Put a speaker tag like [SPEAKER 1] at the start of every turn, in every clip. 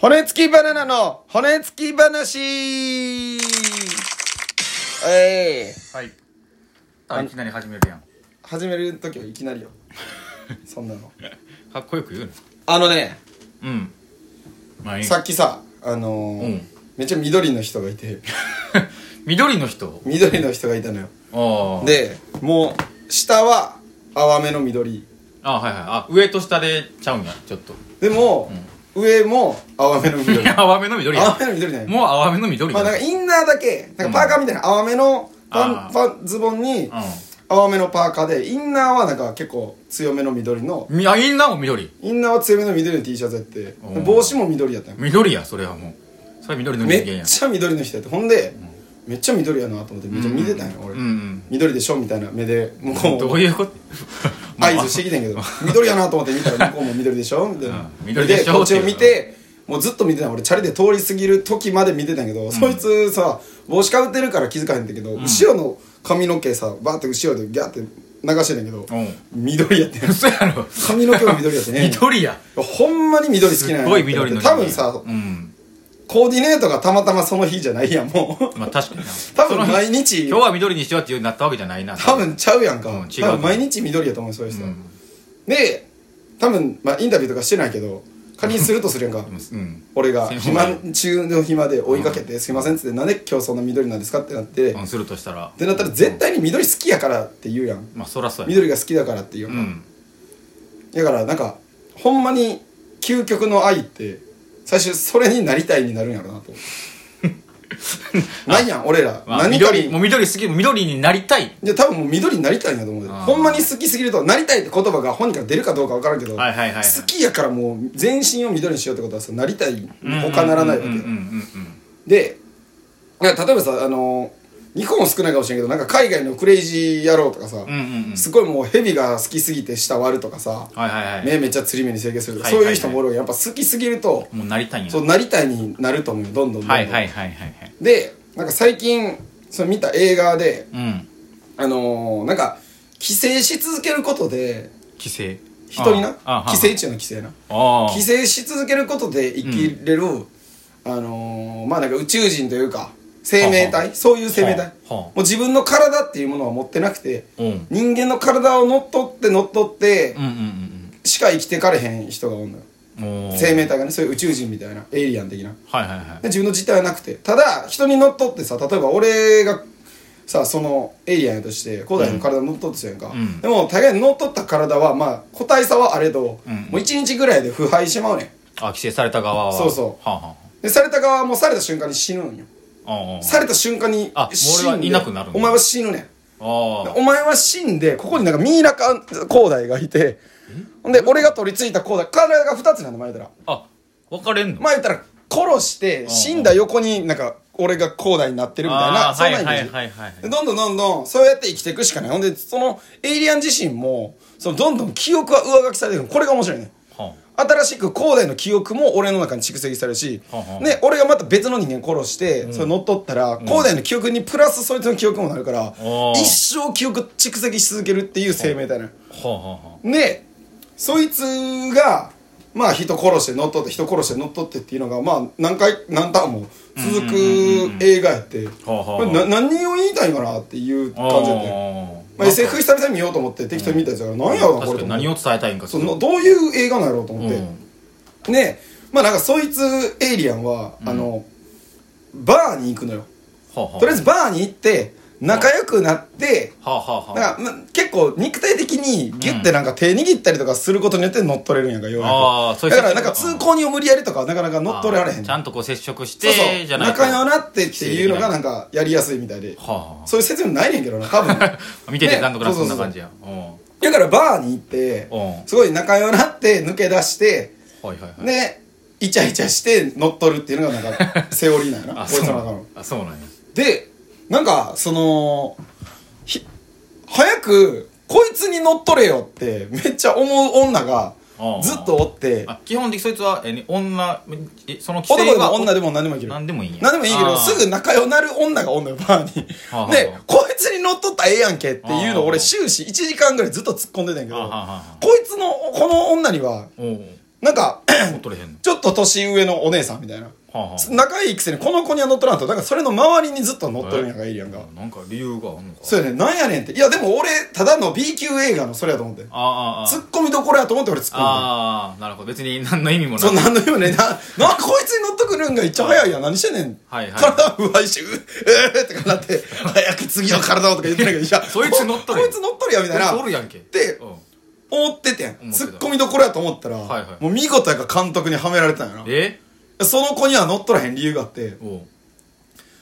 [SPEAKER 1] 骨付きバナナの骨付き話えー、
[SPEAKER 2] はいあいきなり始めるやん
[SPEAKER 1] 始める時はいきなりよ そんなの
[SPEAKER 2] かっこよく言うの
[SPEAKER 1] あのね
[SPEAKER 2] うんまあいい
[SPEAKER 1] さっきさあのー
[SPEAKER 2] うん
[SPEAKER 1] めっちゃ緑の人がいて
[SPEAKER 2] 緑の人
[SPEAKER 1] 緑の人がいたのよ
[SPEAKER 2] ああ
[SPEAKER 1] でもう下は淡めの緑
[SPEAKER 2] あはいはいあ上と下でちゃうんやちょっと
[SPEAKER 1] でも、上も淡めの緑淡
[SPEAKER 2] 淡めの 緑や
[SPEAKER 1] めの緑なんよ
[SPEAKER 2] もう淡めの緑
[SPEAKER 1] まあなんかインナーだけなんかパーカーみたいな淡めのパ
[SPEAKER 2] あ
[SPEAKER 1] ン
[SPEAKER 2] ー
[SPEAKER 1] パンズボンに淡めのパーカーでインナーはなんか結構強めの緑の
[SPEAKER 2] うんみあインナーも緑
[SPEAKER 1] インナーは強めの緑の T シャツやって
[SPEAKER 2] うん
[SPEAKER 1] 帽子も緑やったんよ
[SPEAKER 2] 緑やそれはもうそれは緑の人
[SPEAKER 1] め
[SPEAKER 2] 間や
[SPEAKER 1] っちゃ緑の人やってほんでめっちゃ緑やなと思ってめっちゃ見てたんよ
[SPEAKER 2] う
[SPEAKER 1] 俺
[SPEAKER 2] んうん
[SPEAKER 1] 緑でしょみたいな目で向こう
[SPEAKER 2] ど
[SPEAKER 1] も
[SPEAKER 2] ういう こと
[SPEAKER 1] 合図してきてんけど緑やなと思って見たら向こうも緑でしょみたいな
[SPEAKER 2] うん緑でしょ
[SPEAKER 1] こっちを
[SPEAKER 2] ってい
[SPEAKER 1] 見
[SPEAKER 2] う
[SPEAKER 1] てもうずっと見てたん俺チャリで通り過ぎる時まで見てたんやけどそいつさ帽子かぶってるから気づかへんだけど後ろの髪の毛さバーって後ろでギャーって流してんやけど
[SPEAKER 2] うん
[SPEAKER 1] 緑やってん
[SPEAKER 2] 嘘やろ
[SPEAKER 1] 髪の毛も緑やってね
[SPEAKER 2] 緑や
[SPEAKER 1] ほんまに緑好きなん
[SPEAKER 2] す
[SPEAKER 1] や
[SPEAKER 2] ごい緑の人
[SPEAKER 1] 多
[SPEAKER 2] 間
[SPEAKER 1] 分さ
[SPEAKER 2] うん
[SPEAKER 1] コーディネートがたまたまその日じゃないやん もう
[SPEAKER 2] まあ確かにな
[SPEAKER 1] 多
[SPEAKER 2] その
[SPEAKER 1] 分
[SPEAKER 2] 日
[SPEAKER 1] 毎日
[SPEAKER 2] 今日は緑にしようっていうなったわけじゃないな
[SPEAKER 1] 多分ちゃうやんか、
[SPEAKER 2] うん違う
[SPEAKER 1] 多分毎日緑やと思うそういう人、
[SPEAKER 2] うん
[SPEAKER 1] で多分、まあ、インタビューとかしてないけど仮にするとするやん か
[SPEAKER 2] うん
[SPEAKER 1] 俺が
[SPEAKER 2] 先方が
[SPEAKER 1] 暇中の暇で追いかけて「すいません」っつって「なんで今日そんな緑なんですか?」ってなって、
[SPEAKER 2] う
[SPEAKER 1] っ
[SPEAKER 2] んするとしたら
[SPEAKER 1] てなったら絶対に緑好きやからって言うやん
[SPEAKER 2] まあそらそうや
[SPEAKER 1] 緑が好きだからって言う
[SPEAKER 2] う
[SPEAKER 1] やんか、
[SPEAKER 2] ん
[SPEAKER 1] だからなんかほんまに究極の愛って最初それになりたいになるんやろ なとないやん俺ら、
[SPEAKER 2] まあ、
[SPEAKER 1] 何かに
[SPEAKER 2] 緑もう緑好き緑になりたい
[SPEAKER 1] いや多分もう緑になりたいんやと思うで
[SPEAKER 2] あー
[SPEAKER 1] ほんまに好きすぎるとなりたいって言葉が本人から出るかどうか分からんけど、
[SPEAKER 2] はいはいはいはい
[SPEAKER 1] 好きやからもう全身を緑にしようってことはさなりたい他ならないわけ
[SPEAKER 2] うん
[SPEAKER 1] よ
[SPEAKER 2] うんうんうん
[SPEAKER 1] でいや例えばさあの日本は少ないかもしれんけどなんか海外のクレイジー野郎とかさ、
[SPEAKER 2] うんうんうんうん
[SPEAKER 1] すごいもうヘビが好きすぎて舌割るとかさ、
[SPEAKER 2] はいはいはい、
[SPEAKER 1] 目めっちゃ釣り目に整形するとか、
[SPEAKER 2] はいはいはい
[SPEAKER 1] そういう人もおるわけやっぱ好きすぎると、
[SPEAKER 2] もうなりたいんや
[SPEAKER 1] そうなりたいになると思うよどんどんどんどん、
[SPEAKER 2] はいはいはいはいはい
[SPEAKER 1] でなんか最近その見た映画で
[SPEAKER 2] うん
[SPEAKER 1] あのー、なんか寄生し続けることで
[SPEAKER 2] 規制
[SPEAKER 1] 人にな
[SPEAKER 2] ああ
[SPEAKER 1] 寄生中の寄生な
[SPEAKER 2] ああ
[SPEAKER 1] 寄生し続けることで生きれる、あのー、まあなんか宇宙人というか生命
[SPEAKER 2] はあ
[SPEAKER 1] 体そういう生命体
[SPEAKER 2] はあはあ
[SPEAKER 1] もう自分の体っていうものは持ってなくて
[SPEAKER 2] うん
[SPEAKER 1] 人間の体を乗っ取って乗っ取って
[SPEAKER 2] うんうん
[SPEAKER 1] しか生きてかれへん人がおんのよ
[SPEAKER 2] うんうんおー
[SPEAKER 1] 生命体がねそういう宇宙人みたいなエイリアン的な
[SPEAKER 2] はいはいはい
[SPEAKER 1] で自分の自体はなくてただ人に乗っ取ってさ例えば俺がさそのエイリアンやとして古代の体に乗っ取ってたやんか、
[SPEAKER 2] ん
[SPEAKER 1] でも大概乗っ取った体はまあ個体差はあれど、
[SPEAKER 2] ん
[SPEAKER 1] もう1日ぐらいで腐敗しまうねん
[SPEAKER 2] あ規制された側は
[SPEAKER 1] そうそう
[SPEAKER 2] はあ、は
[SPEAKER 1] でされた側はもうされた瞬間に死ぬんよ
[SPEAKER 2] あ、ああ
[SPEAKER 1] された瞬間に
[SPEAKER 2] あもう
[SPEAKER 1] 死
[SPEAKER 2] 俺
[SPEAKER 1] ん
[SPEAKER 2] は
[SPEAKER 1] で
[SPEAKER 2] いなくなるんだ
[SPEAKER 1] お前は死ぬねん
[SPEAKER 2] ああ
[SPEAKER 1] お前は死んでここになんかミイラか高台がいてほんで俺が取り付いた高台体が2つなんだ前言ったら
[SPEAKER 2] あ分かれんの、
[SPEAKER 1] まあ言ったら殺して死んだ横になんか俺が高台になってるみたいな
[SPEAKER 2] あー
[SPEAKER 1] そんなイメ
[SPEAKER 2] はいはいはいは
[SPEAKER 1] ー
[SPEAKER 2] い
[SPEAKER 1] ジでどんどんどんどんそうやって生きていくしかないほんでそのエイリアン自身もそのどんどん記憶は上書きされていくこれが面白いね
[SPEAKER 2] は
[SPEAKER 1] 新しく高台の記憶も俺の中に蓄積されるし
[SPEAKER 2] はあはあ
[SPEAKER 1] で俺がまた別の人間殺してそれ乗っ取ったら高台の記憶にプラスそいつの記憶もなるから
[SPEAKER 2] ー
[SPEAKER 1] 一生記憶蓄積し続けるっていう生命体なの
[SPEAKER 2] あ、はあは
[SPEAKER 1] でそいつがまあ人殺して乗っ取って人殺して乗っ取ってっていうのがまあ何回何ターンも続く映画やって
[SPEAKER 2] はあはあ
[SPEAKER 1] これな何を言いたいんかなっていう
[SPEAKER 2] あはあ
[SPEAKER 1] 感じやって、まあ、SF 久々に見ようと思って適当に見たやつだから何やろなこれ
[SPEAKER 2] 確か
[SPEAKER 1] と
[SPEAKER 2] に
[SPEAKER 1] 思っ
[SPEAKER 2] 何
[SPEAKER 1] て
[SPEAKER 2] を伝えたいんか
[SPEAKER 1] そのどういう映画なんやろうと思っ
[SPEAKER 2] うん、
[SPEAKER 1] て、でまあなんかそいつエイリアンは、あのバーに行くのよ
[SPEAKER 2] はあはあ
[SPEAKER 1] とりあえずバーに行って仲良くなって、
[SPEAKER 2] はあはあはあ
[SPEAKER 1] なんか、まあ、結構肉体的にギュッてなんか手握ったりとかすることによって乗っ取れるんやんか、ようや
[SPEAKER 2] ああ
[SPEAKER 1] く
[SPEAKER 2] そういう
[SPEAKER 1] だからなんか通行人を無理やりとかはなかなか乗っ取られへん
[SPEAKER 2] ちゃんとこう接触し
[SPEAKER 1] そうそ
[SPEAKER 2] て
[SPEAKER 1] う
[SPEAKER 2] じゃない
[SPEAKER 1] 仲良
[SPEAKER 2] は
[SPEAKER 1] なってっていうのがなんかやりやすいみたいで、
[SPEAKER 2] あは
[SPEAKER 1] そういう説明ないねん けどな多分
[SPEAKER 2] あ見てて
[SPEAKER 1] ね
[SPEAKER 2] なんとかな
[SPEAKER 1] そ
[SPEAKER 2] そ
[SPEAKER 1] うんそうそう
[SPEAKER 2] な感じやうんは
[SPEAKER 1] だからバーに行って
[SPEAKER 2] うん
[SPEAKER 1] すごい仲良なって抜け出して
[SPEAKER 2] いはいはい
[SPEAKER 1] でイチャイチャして乗っ取るっていうのがなんかセオリーなんやな
[SPEAKER 2] あ
[SPEAKER 1] こい
[SPEAKER 2] そう
[SPEAKER 1] つの
[SPEAKER 2] な
[SPEAKER 1] 中の
[SPEAKER 2] んあそうなんや
[SPEAKER 1] でなんかそのひ早くこいつに乗っ取れよってめっちゃ思う女が
[SPEAKER 2] ああ
[SPEAKER 1] ずっとおって
[SPEAKER 2] あ基本的にそいつはえね女えその規
[SPEAKER 1] 男
[SPEAKER 2] 制
[SPEAKER 1] でも
[SPEAKER 2] は
[SPEAKER 1] 女でも何でもいいけど
[SPEAKER 2] 何でもいいんや
[SPEAKER 1] 何でもいいけ
[SPEAKER 2] あ
[SPEAKER 1] ど
[SPEAKER 2] あ
[SPEAKER 1] すぐ仲良なる女がおんのよバーに
[SPEAKER 2] はあはあ
[SPEAKER 1] でこいつに乗っ取ったらええやんけっていうのを俺
[SPEAKER 2] ああ
[SPEAKER 1] 終始1時間ぐらいずっと突っ込んでたんやけ
[SPEAKER 2] ああはあ
[SPEAKER 1] ど
[SPEAKER 2] はあ
[SPEAKER 1] こいつのこの女には
[SPEAKER 2] おう
[SPEAKER 1] なんか
[SPEAKER 2] もっとれへんの
[SPEAKER 1] ちょっと年上のお姉さんみたいな
[SPEAKER 2] はあはあ
[SPEAKER 1] 仲いいくせにこの子には乗っとらんとだからそれの周りにずっと乗っとるんやんかいるやんか
[SPEAKER 2] なんか理由があんのか
[SPEAKER 1] そうやねんなんやねんっていやでも俺ただの B 級映画のそれやと思って
[SPEAKER 2] ああああ
[SPEAKER 1] ツッコミどころやと思って俺ツッコんで
[SPEAKER 2] ああなるほど別に何の意味もない
[SPEAKER 1] そんなんのよねななんかこいつに乗ってくるんがいっちゃ早いやん何してんねん
[SPEAKER 2] はいはい
[SPEAKER 1] 体不敗しうえーってなって早く次の体をとか言ってないけどいや
[SPEAKER 2] そいつ乗っと
[SPEAKER 1] こ
[SPEAKER 2] るやん
[SPEAKER 1] いつ乗っとるやみたいな
[SPEAKER 2] こいつおるやんけ
[SPEAKER 1] で
[SPEAKER 2] うん
[SPEAKER 1] 思ってて
[SPEAKER 2] 思
[SPEAKER 1] ん
[SPEAKER 2] ってた
[SPEAKER 1] ツッコミどころやと思ったら、
[SPEAKER 2] はいはい
[SPEAKER 1] もう見事やから監督にはめられてたんや
[SPEAKER 2] え
[SPEAKER 1] なその子には乗っとらへん理由があって
[SPEAKER 2] おう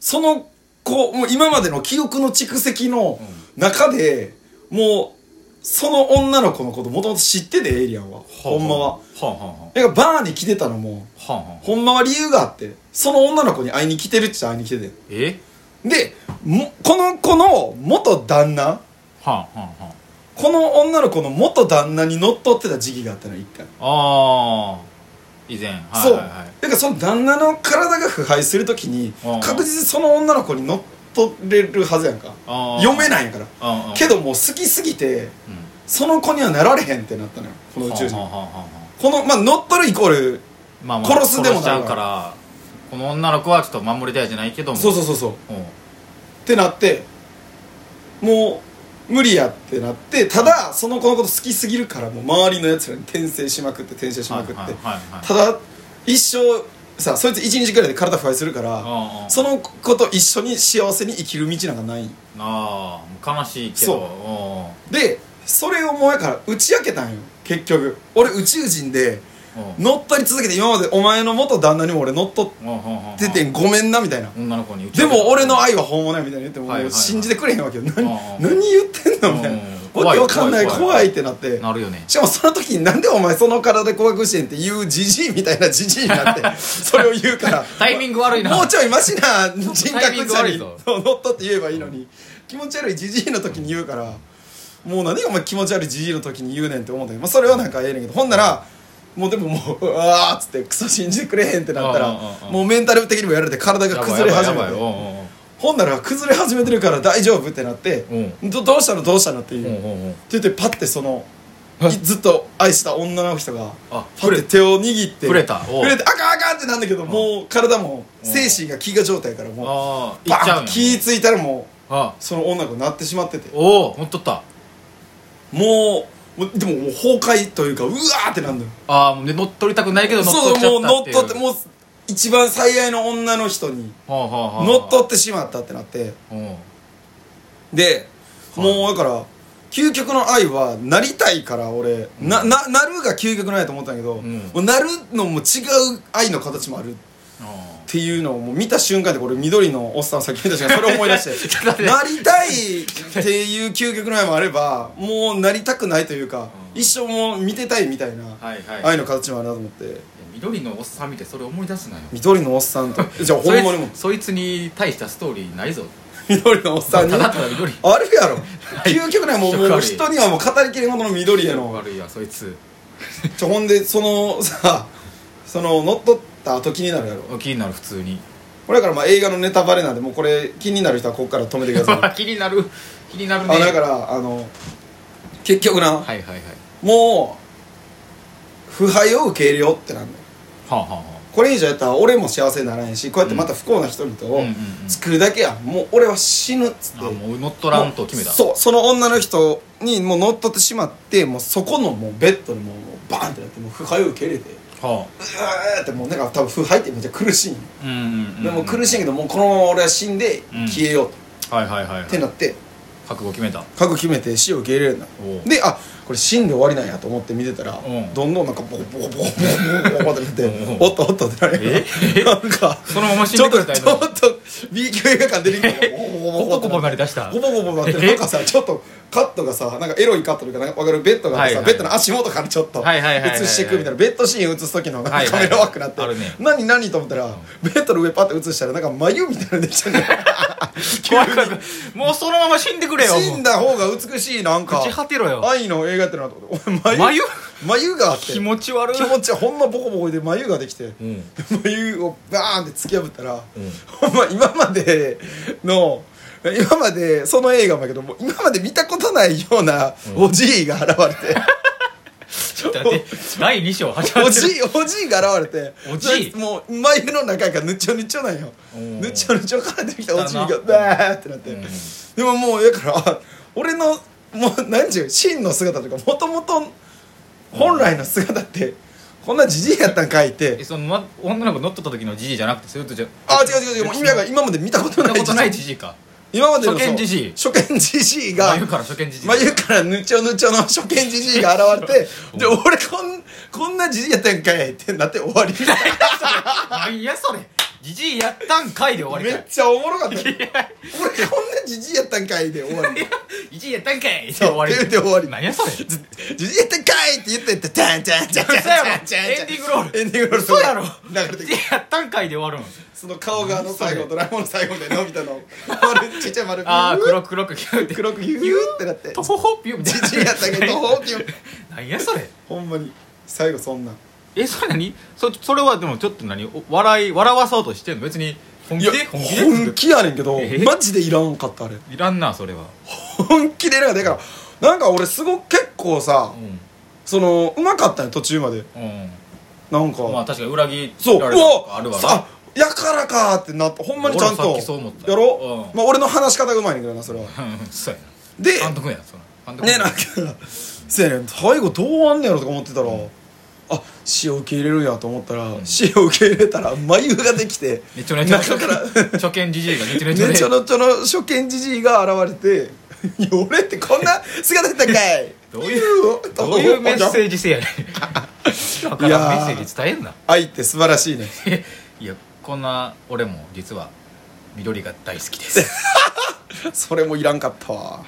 [SPEAKER 1] その子もう今までの記憶の蓄積の中で、もうその女の子のこともともと知っててエイリアンは、ほんまは
[SPEAKER 2] はあはあは
[SPEAKER 1] だからバーに来てたのも
[SPEAKER 2] あはあはあ
[SPEAKER 1] ほんまは理由があってその女の子に会いに来てるっちゃ会いに来てて
[SPEAKER 2] え
[SPEAKER 1] でもこの子の元旦那
[SPEAKER 2] はあはあは
[SPEAKER 1] この女の子の元旦那に乗っ取ってた時期があったの一回
[SPEAKER 2] あああ以前はい
[SPEAKER 1] そう
[SPEAKER 2] はい
[SPEAKER 1] だ
[SPEAKER 2] はい
[SPEAKER 1] からその旦那の体が腐敗するときに
[SPEAKER 2] うんうん
[SPEAKER 1] 確実にその女の子に乗っ取れるはずやんか
[SPEAKER 2] あ
[SPEAKER 1] 読め
[SPEAKER 2] い
[SPEAKER 1] ないんやからけ
[SPEAKER 2] け
[SPEAKER 1] どもう好きすぎて
[SPEAKER 2] ど
[SPEAKER 1] その子にはなられへんってなったのよこの宇宙人
[SPEAKER 2] はあはあはあはあ
[SPEAKER 1] このまあ乗っ取るイコール
[SPEAKER 2] まあまあ
[SPEAKER 1] 殺すでも
[SPEAKER 2] 殺しちゃ
[SPEAKER 1] な
[SPEAKER 2] う
[SPEAKER 1] い
[SPEAKER 2] からこの女の子はちょっと守りたいじゃないけども
[SPEAKER 1] そうそうそうそうっ
[SPEAKER 2] うん
[SPEAKER 1] てなってもう無理やってなってただその子のこと好きすぎるからもう周りのやつらに転生しまくって転生しまくって
[SPEAKER 2] はいはいはいはい
[SPEAKER 1] ただ一生さそいつ1日ぐらいで体腐敗するから
[SPEAKER 2] ああ
[SPEAKER 1] その子と一緒に幸せに生きる道なんかない
[SPEAKER 2] ああ悲しいけ
[SPEAKER 1] そう
[SPEAKER 2] どう
[SPEAKER 1] でそれをもうやから打ち明けたんよ結局俺宇宙人で
[SPEAKER 2] んうん
[SPEAKER 1] 乗っ取り続けて今までお前の元旦那にも俺乗っ取っ
[SPEAKER 2] うんうんうんうん
[SPEAKER 1] ててんごめんなみたいな
[SPEAKER 2] 女の子に打ち
[SPEAKER 1] で
[SPEAKER 2] 明けた
[SPEAKER 1] も俺の愛は本物やみたいな言っても
[SPEAKER 2] はいは
[SPEAKER 1] も
[SPEAKER 2] いは
[SPEAKER 1] う
[SPEAKER 2] い
[SPEAKER 1] 信じてくれへんわけよ何
[SPEAKER 2] ああ
[SPEAKER 1] 何言ってんのみたいな
[SPEAKER 2] うん
[SPEAKER 1] わけわかんない
[SPEAKER 2] 怖い怖い
[SPEAKER 1] 怖いってなって
[SPEAKER 2] なるよね
[SPEAKER 1] しかもその時になんでお前その体で告白してんって言うじじいみたいなじじいになって それを言うから
[SPEAKER 2] タイミング悪いな
[SPEAKER 1] もうちょいマシな人
[SPEAKER 2] タイミ
[SPEAKER 1] 格
[SPEAKER 2] ング
[SPEAKER 1] 者
[SPEAKER 2] 悪
[SPEAKER 1] に
[SPEAKER 2] いぞ
[SPEAKER 1] そう乗っ取って言えばいいのに気持ち悪いじじいの時に言うからもう何お前気持ち悪いじじいの時に言うねんって思ったけど、まあ、それはなんかええねんけどほんならもうでももうああっつってクソ信じてくれへんってなった
[SPEAKER 2] うんうんうん
[SPEAKER 1] ら
[SPEAKER 2] うん
[SPEAKER 1] もうメンタル的にもやられて体が崩れ始め
[SPEAKER 2] やば
[SPEAKER 1] て
[SPEAKER 2] いやばいやばいうんうんうん
[SPEAKER 1] ほんなら崩れ始めてるから大丈夫ってなってどどうしたのどうしたのっていううっ
[SPEAKER 2] んうんうん
[SPEAKER 1] て言ってパッてその
[SPEAKER 2] え
[SPEAKER 1] ずっと愛した女の人が
[SPEAKER 2] あ
[SPEAKER 1] パッて手を握って
[SPEAKER 2] 触れたおう
[SPEAKER 1] 触れてあかんあかんってなんだけどもう体も
[SPEAKER 2] うん
[SPEAKER 1] 精神が飢餓状態からもう
[SPEAKER 2] ああい
[SPEAKER 1] バ
[SPEAKER 2] っちゃう
[SPEAKER 1] ー
[SPEAKER 2] ん
[SPEAKER 1] ン
[SPEAKER 2] や
[SPEAKER 1] 気ぃついたらもう
[SPEAKER 2] ああ
[SPEAKER 1] その女の子になってしまってて
[SPEAKER 2] おおほんとった
[SPEAKER 1] もうもうでももう崩壊というかうわーってなんだよ
[SPEAKER 2] ああもうね乗っ取りたくないけど乗っ
[SPEAKER 1] そ
[SPEAKER 2] 取
[SPEAKER 1] う
[SPEAKER 2] っち
[SPEAKER 1] もう
[SPEAKER 2] ゃ
[SPEAKER 1] 乗っ
[SPEAKER 2] ったっていう
[SPEAKER 1] 取ってもう一番最愛の女の人に
[SPEAKER 2] はあはあはあ
[SPEAKER 1] 乗っ取ってしまったってなって
[SPEAKER 2] うん
[SPEAKER 1] で
[SPEAKER 2] はい
[SPEAKER 1] もうだから究極の愛はなりたいから俺なななるが究極の愛だと思ったんだけど、
[SPEAKER 2] うん
[SPEAKER 1] もうなるのも違う愛の形もある
[SPEAKER 2] あ
[SPEAKER 1] っていうのをもう見た瞬間でこれ緑のおっさんを先に見た瞬間それを思い出し
[SPEAKER 2] ちょっと待
[SPEAKER 1] て
[SPEAKER 2] って
[SPEAKER 1] なりたいっていう究極の愛もあればもうなりたくないというか、
[SPEAKER 2] うん
[SPEAKER 1] 一生もう見てたいみたいな
[SPEAKER 2] あはいはい
[SPEAKER 1] 愛の形もあるなと思って
[SPEAKER 2] 緑のおっさん見てそれ思い出すなよ
[SPEAKER 1] 緑のおっさ んとじゃあほんまにもう
[SPEAKER 2] そいつそいつに対したストーリーないぞ
[SPEAKER 1] 緑のおったさんに
[SPEAKER 2] だただ緑
[SPEAKER 1] ある やろ究極の愛もう
[SPEAKER 2] 気色
[SPEAKER 1] もう
[SPEAKER 2] 悪い
[SPEAKER 1] 人にはもう語りきれんほどの緑へ の
[SPEAKER 2] 悪いやそいつ
[SPEAKER 1] ちょほんでそのさその乗っ取った後気になるやろ
[SPEAKER 2] 気になる普通に
[SPEAKER 1] これだからまあ映画のネタバレなんでもうこれ気になる人はここから止めてください
[SPEAKER 2] 気になる気になるね
[SPEAKER 1] あだからあの結局な、
[SPEAKER 2] はいはいはい
[SPEAKER 1] もう腐敗を受け入れようってなんだよ
[SPEAKER 2] はあはあは
[SPEAKER 1] これ以上やったら俺も幸せにならへんしこうやってまた不幸な人々
[SPEAKER 2] うんう
[SPEAKER 1] を
[SPEAKER 2] んうん
[SPEAKER 1] 作るだけやもう俺は死ぬっつって
[SPEAKER 2] ああもう乗っ取らんと決めた
[SPEAKER 1] もうそうその女の人にもう乗っ取ってしまってもうそこのもうベッドにもうバーンってなってもう腐敗を受け入れて
[SPEAKER 2] は
[SPEAKER 1] うーってもうなんか多分腐敗ってめっちゃ苦しいんよ
[SPEAKER 2] あうんうんうんうん
[SPEAKER 1] でも苦しいんやけどもうこのまま俺は死んで
[SPEAKER 2] うん
[SPEAKER 1] 消えようと、
[SPEAKER 2] はいはいはいはい
[SPEAKER 1] ってなって
[SPEAKER 2] 覚悟決めた
[SPEAKER 1] 覚悟決めて死を受け入れるんだ
[SPEAKER 2] おう
[SPEAKER 1] であこれ死んで終わりなんやと思って見てたら、
[SPEAKER 2] ん
[SPEAKER 1] どんどんなんかボコボコボコボコボコボコってなっ
[SPEAKER 2] う
[SPEAKER 1] て
[SPEAKER 2] ん
[SPEAKER 1] おっとおっとってなるやん
[SPEAKER 2] え
[SPEAKER 1] なんか
[SPEAKER 2] そのまま死ん
[SPEAKER 1] ちょ
[SPEAKER 2] で
[SPEAKER 1] っ
[SPEAKER 2] く
[SPEAKER 1] と
[SPEAKER 2] れた
[SPEAKER 1] ち
[SPEAKER 2] や
[SPEAKER 1] ょっと B 級映画館出てきてボ
[SPEAKER 2] コボコボコなりだした
[SPEAKER 1] ボボボボなって
[SPEAKER 2] え
[SPEAKER 1] なんかさちょっとカットがさなんかエロいカットというかなんかわかるベッドがあってさ
[SPEAKER 2] はいはい
[SPEAKER 1] ベッドの足元からちょっと
[SPEAKER 2] はいはいはいはいはい
[SPEAKER 1] 映していくみたいなベッドシーン映す時のなん
[SPEAKER 2] はい
[SPEAKER 1] か
[SPEAKER 2] は
[SPEAKER 1] カ
[SPEAKER 2] いはい
[SPEAKER 1] メラワークになって
[SPEAKER 2] あるね
[SPEAKER 1] 何何と思ったらベッドの上パッて映したらなんか眉みたいなのできてる
[SPEAKER 2] 怖い怖い怖いもうそのまま死んでくれよ
[SPEAKER 1] 死んだ方が美しいなんか
[SPEAKER 2] 打ち果てろよ
[SPEAKER 1] 愛の映画ってなと思って俺眉
[SPEAKER 2] 眉
[SPEAKER 1] 眉があって
[SPEAKER 2] 気持ち悪い
[SPEAKER 1] 気持ちほんまボコボコで眉ができて
[SPEAKER 2] うん
[SPEAKER 1] 眉をバーンって突き破ったら、
[SPEAKER 2] ん
[SPEAKER 1] ほんま今までの今までその映画もやけどもう今まで見たことないようなおじいが現れて、
[SPEAKER 2] ちょっと待って第2章始ま
[SPEAKER 1] お
[SPEAKER 2] ってる
[SPEAKER 1] じいおじいが現れて
[SPEAKER 2] おじい
[SPEAKER 1] もう眉の中がぬちょぬちょなんよ
[SPEAKER 2] おー
[SPEAKER 1] ぬちょぬちょから出てきたおじいが
[SPEAKER 2] 汚な
[SPEAKER 1] ダーってなって、
[SPEAKER 2] うん
[SPEAKER 1] でももうだから俺のもう何ていう真の姿とかもともと本来の姿ってこんなじじいやったんかいって
[SPEAKER 2] えそのま女の子乗っとった時のじじいじゃなくてそういうことじゃ
[SPEAKER 1] あ違う違う違うもう今が今まで見たこと
[SPEAKER 2] そん
[SPEAKER 1] な
[SPEAKER 2] ないことないじじいか
[SPEAKER 1] 今までの
[SPEAKER 2] 初見
[SPEAKER 1] そう
[SPEAKER 2] じじい
[SPEAKER 1] 初見じじいが
[SPEAKER 2] 眉から初見じじい
[SPEAKER 1] 眉からぬちょぬちょの初見じじいが現れ てで俺こんこんなじじいやったんかいってなって終わり
[SPEAKER 2] なんやそれじじいやったんかいで終
[SPEAKER 1] め
[SPEAKER 2] わり
[SPEAKER 1] っ
[SPEAKER 2] か
[SPEAKER 1] ちゃおもろかったよ俺こんなじじいやったんかいで終わり
[SPEAKER 2] いじいやったんかいで終わり
[SPEAKER 1] そうで終わり
[SPEAKER 2] なんやそれ
[SPEAKER 1] じじいやったんかいって言ってってチャンチャンチャンチャンチャンチャン
[SPEAKER 2] 嘘やろエンディングロール
[SPEAKER 1] エンディングロール
[SPEAKER 2] そうやろ
[SPEAKER 1] 流れて
[SPEAKER 2] じ
[SPEAKER 1] く
[SPEAKER 2] じ
[SPEAKER 1] る
[SPEAKER 2] いやったんかいで終わるの
[SPEAKER 1] その顔があの最後
[SPEAKER 2] それ
[SPEAKER 1] ドラえもんの最後でのび太の丸ちっちゃい丸
[SPEAKER 2] ああ
[SPEAKER 1] ピュー
[SPEAKER 2] 黒く黒くキューって
[SPEAKER 1] 黒くヒューってなって
[SPEAKER 2] トホホピューみたいな
[SPEAKER 1] じじいやったんかいトホホピュー
[SPEAKER 2] なんやそれ
[SPEAKER 1] ほんまに最後そんなん
[SPEAKER 2] えそれ何そそれはでもちょっと何お笑い笑わそうとしてんの別に本
[SPEAKER 1] い
[SPEAKER 2] 気
[SPEAKER 1] や
[SPEAKER 2] で本気で
[SPEAKER 1] 本気やねんけど
[SPEAKER 2] え
[SPEAKER 1] マジでいらんかったあれ
[SPEAKER 2] いらんなそれは
[SPEAKER 1] 本気でいらんかっただからなんか俺すごく結構さ
[SPEAKER 2] うん
[SPEAKER 1] そのうまかったんよ途中まで
[SPEAKER 2] うん
[SPEAKER 1] なんか
[SPEAKER 2] まあ確かに裏切
[SPEAKER 1] そうう
[SPEAKER 2] ら
[SPEAKER 1] わ
[SPEAKER 2] れたとかあるわな
[SPEAKER 1] さやからかってなったほんまにちゃん
[SPEAKER 2] 俺
[SPEAKER 1] と
[SPEAKER 2] はさっきそう思った
[SPEAKER 1] やろ、
[SPEAKER 2] うん
[SPEAKER 1] まあ、俺の話し方がうまいねんけどなそれは
[SPEAKER 2] うんそうや
[SPEAKER 1] で
[SPEAKER 2] な監督やその監督
[SPEAKER 1] ねなんかせやねん最後どうあんねやろとか思ってたら、あ死を受け入れるんやと思ったら、死を受け入れたら眉ができて
[SPEAKER 2] ねちょねちょ
[SPEAKER 1] 中から
[SPEAKER 2] 初見じじいがねちょねちょ
[SPEAKER 1] ね
[SPEAKER 2] ね
[SPEAKER 1] ちょろちょろ初見じじいが現れて「いや俺ってこんな姿だったんか い!」
[SPEAKER 2] どういうどういうメッセージ性 やねんだか
[SPEAKER 1] いや
[SPEAKER 2] らメ
[SPEAKER 1] ー
[SPEAKER 2] ッセージ伝えんな
[SPEAKER 1] 愛って素晴らしいね
[SPEAKER 2] いやこんな俺も実は緑が大好きです
[SPEAKER 1] それもいらんかったわ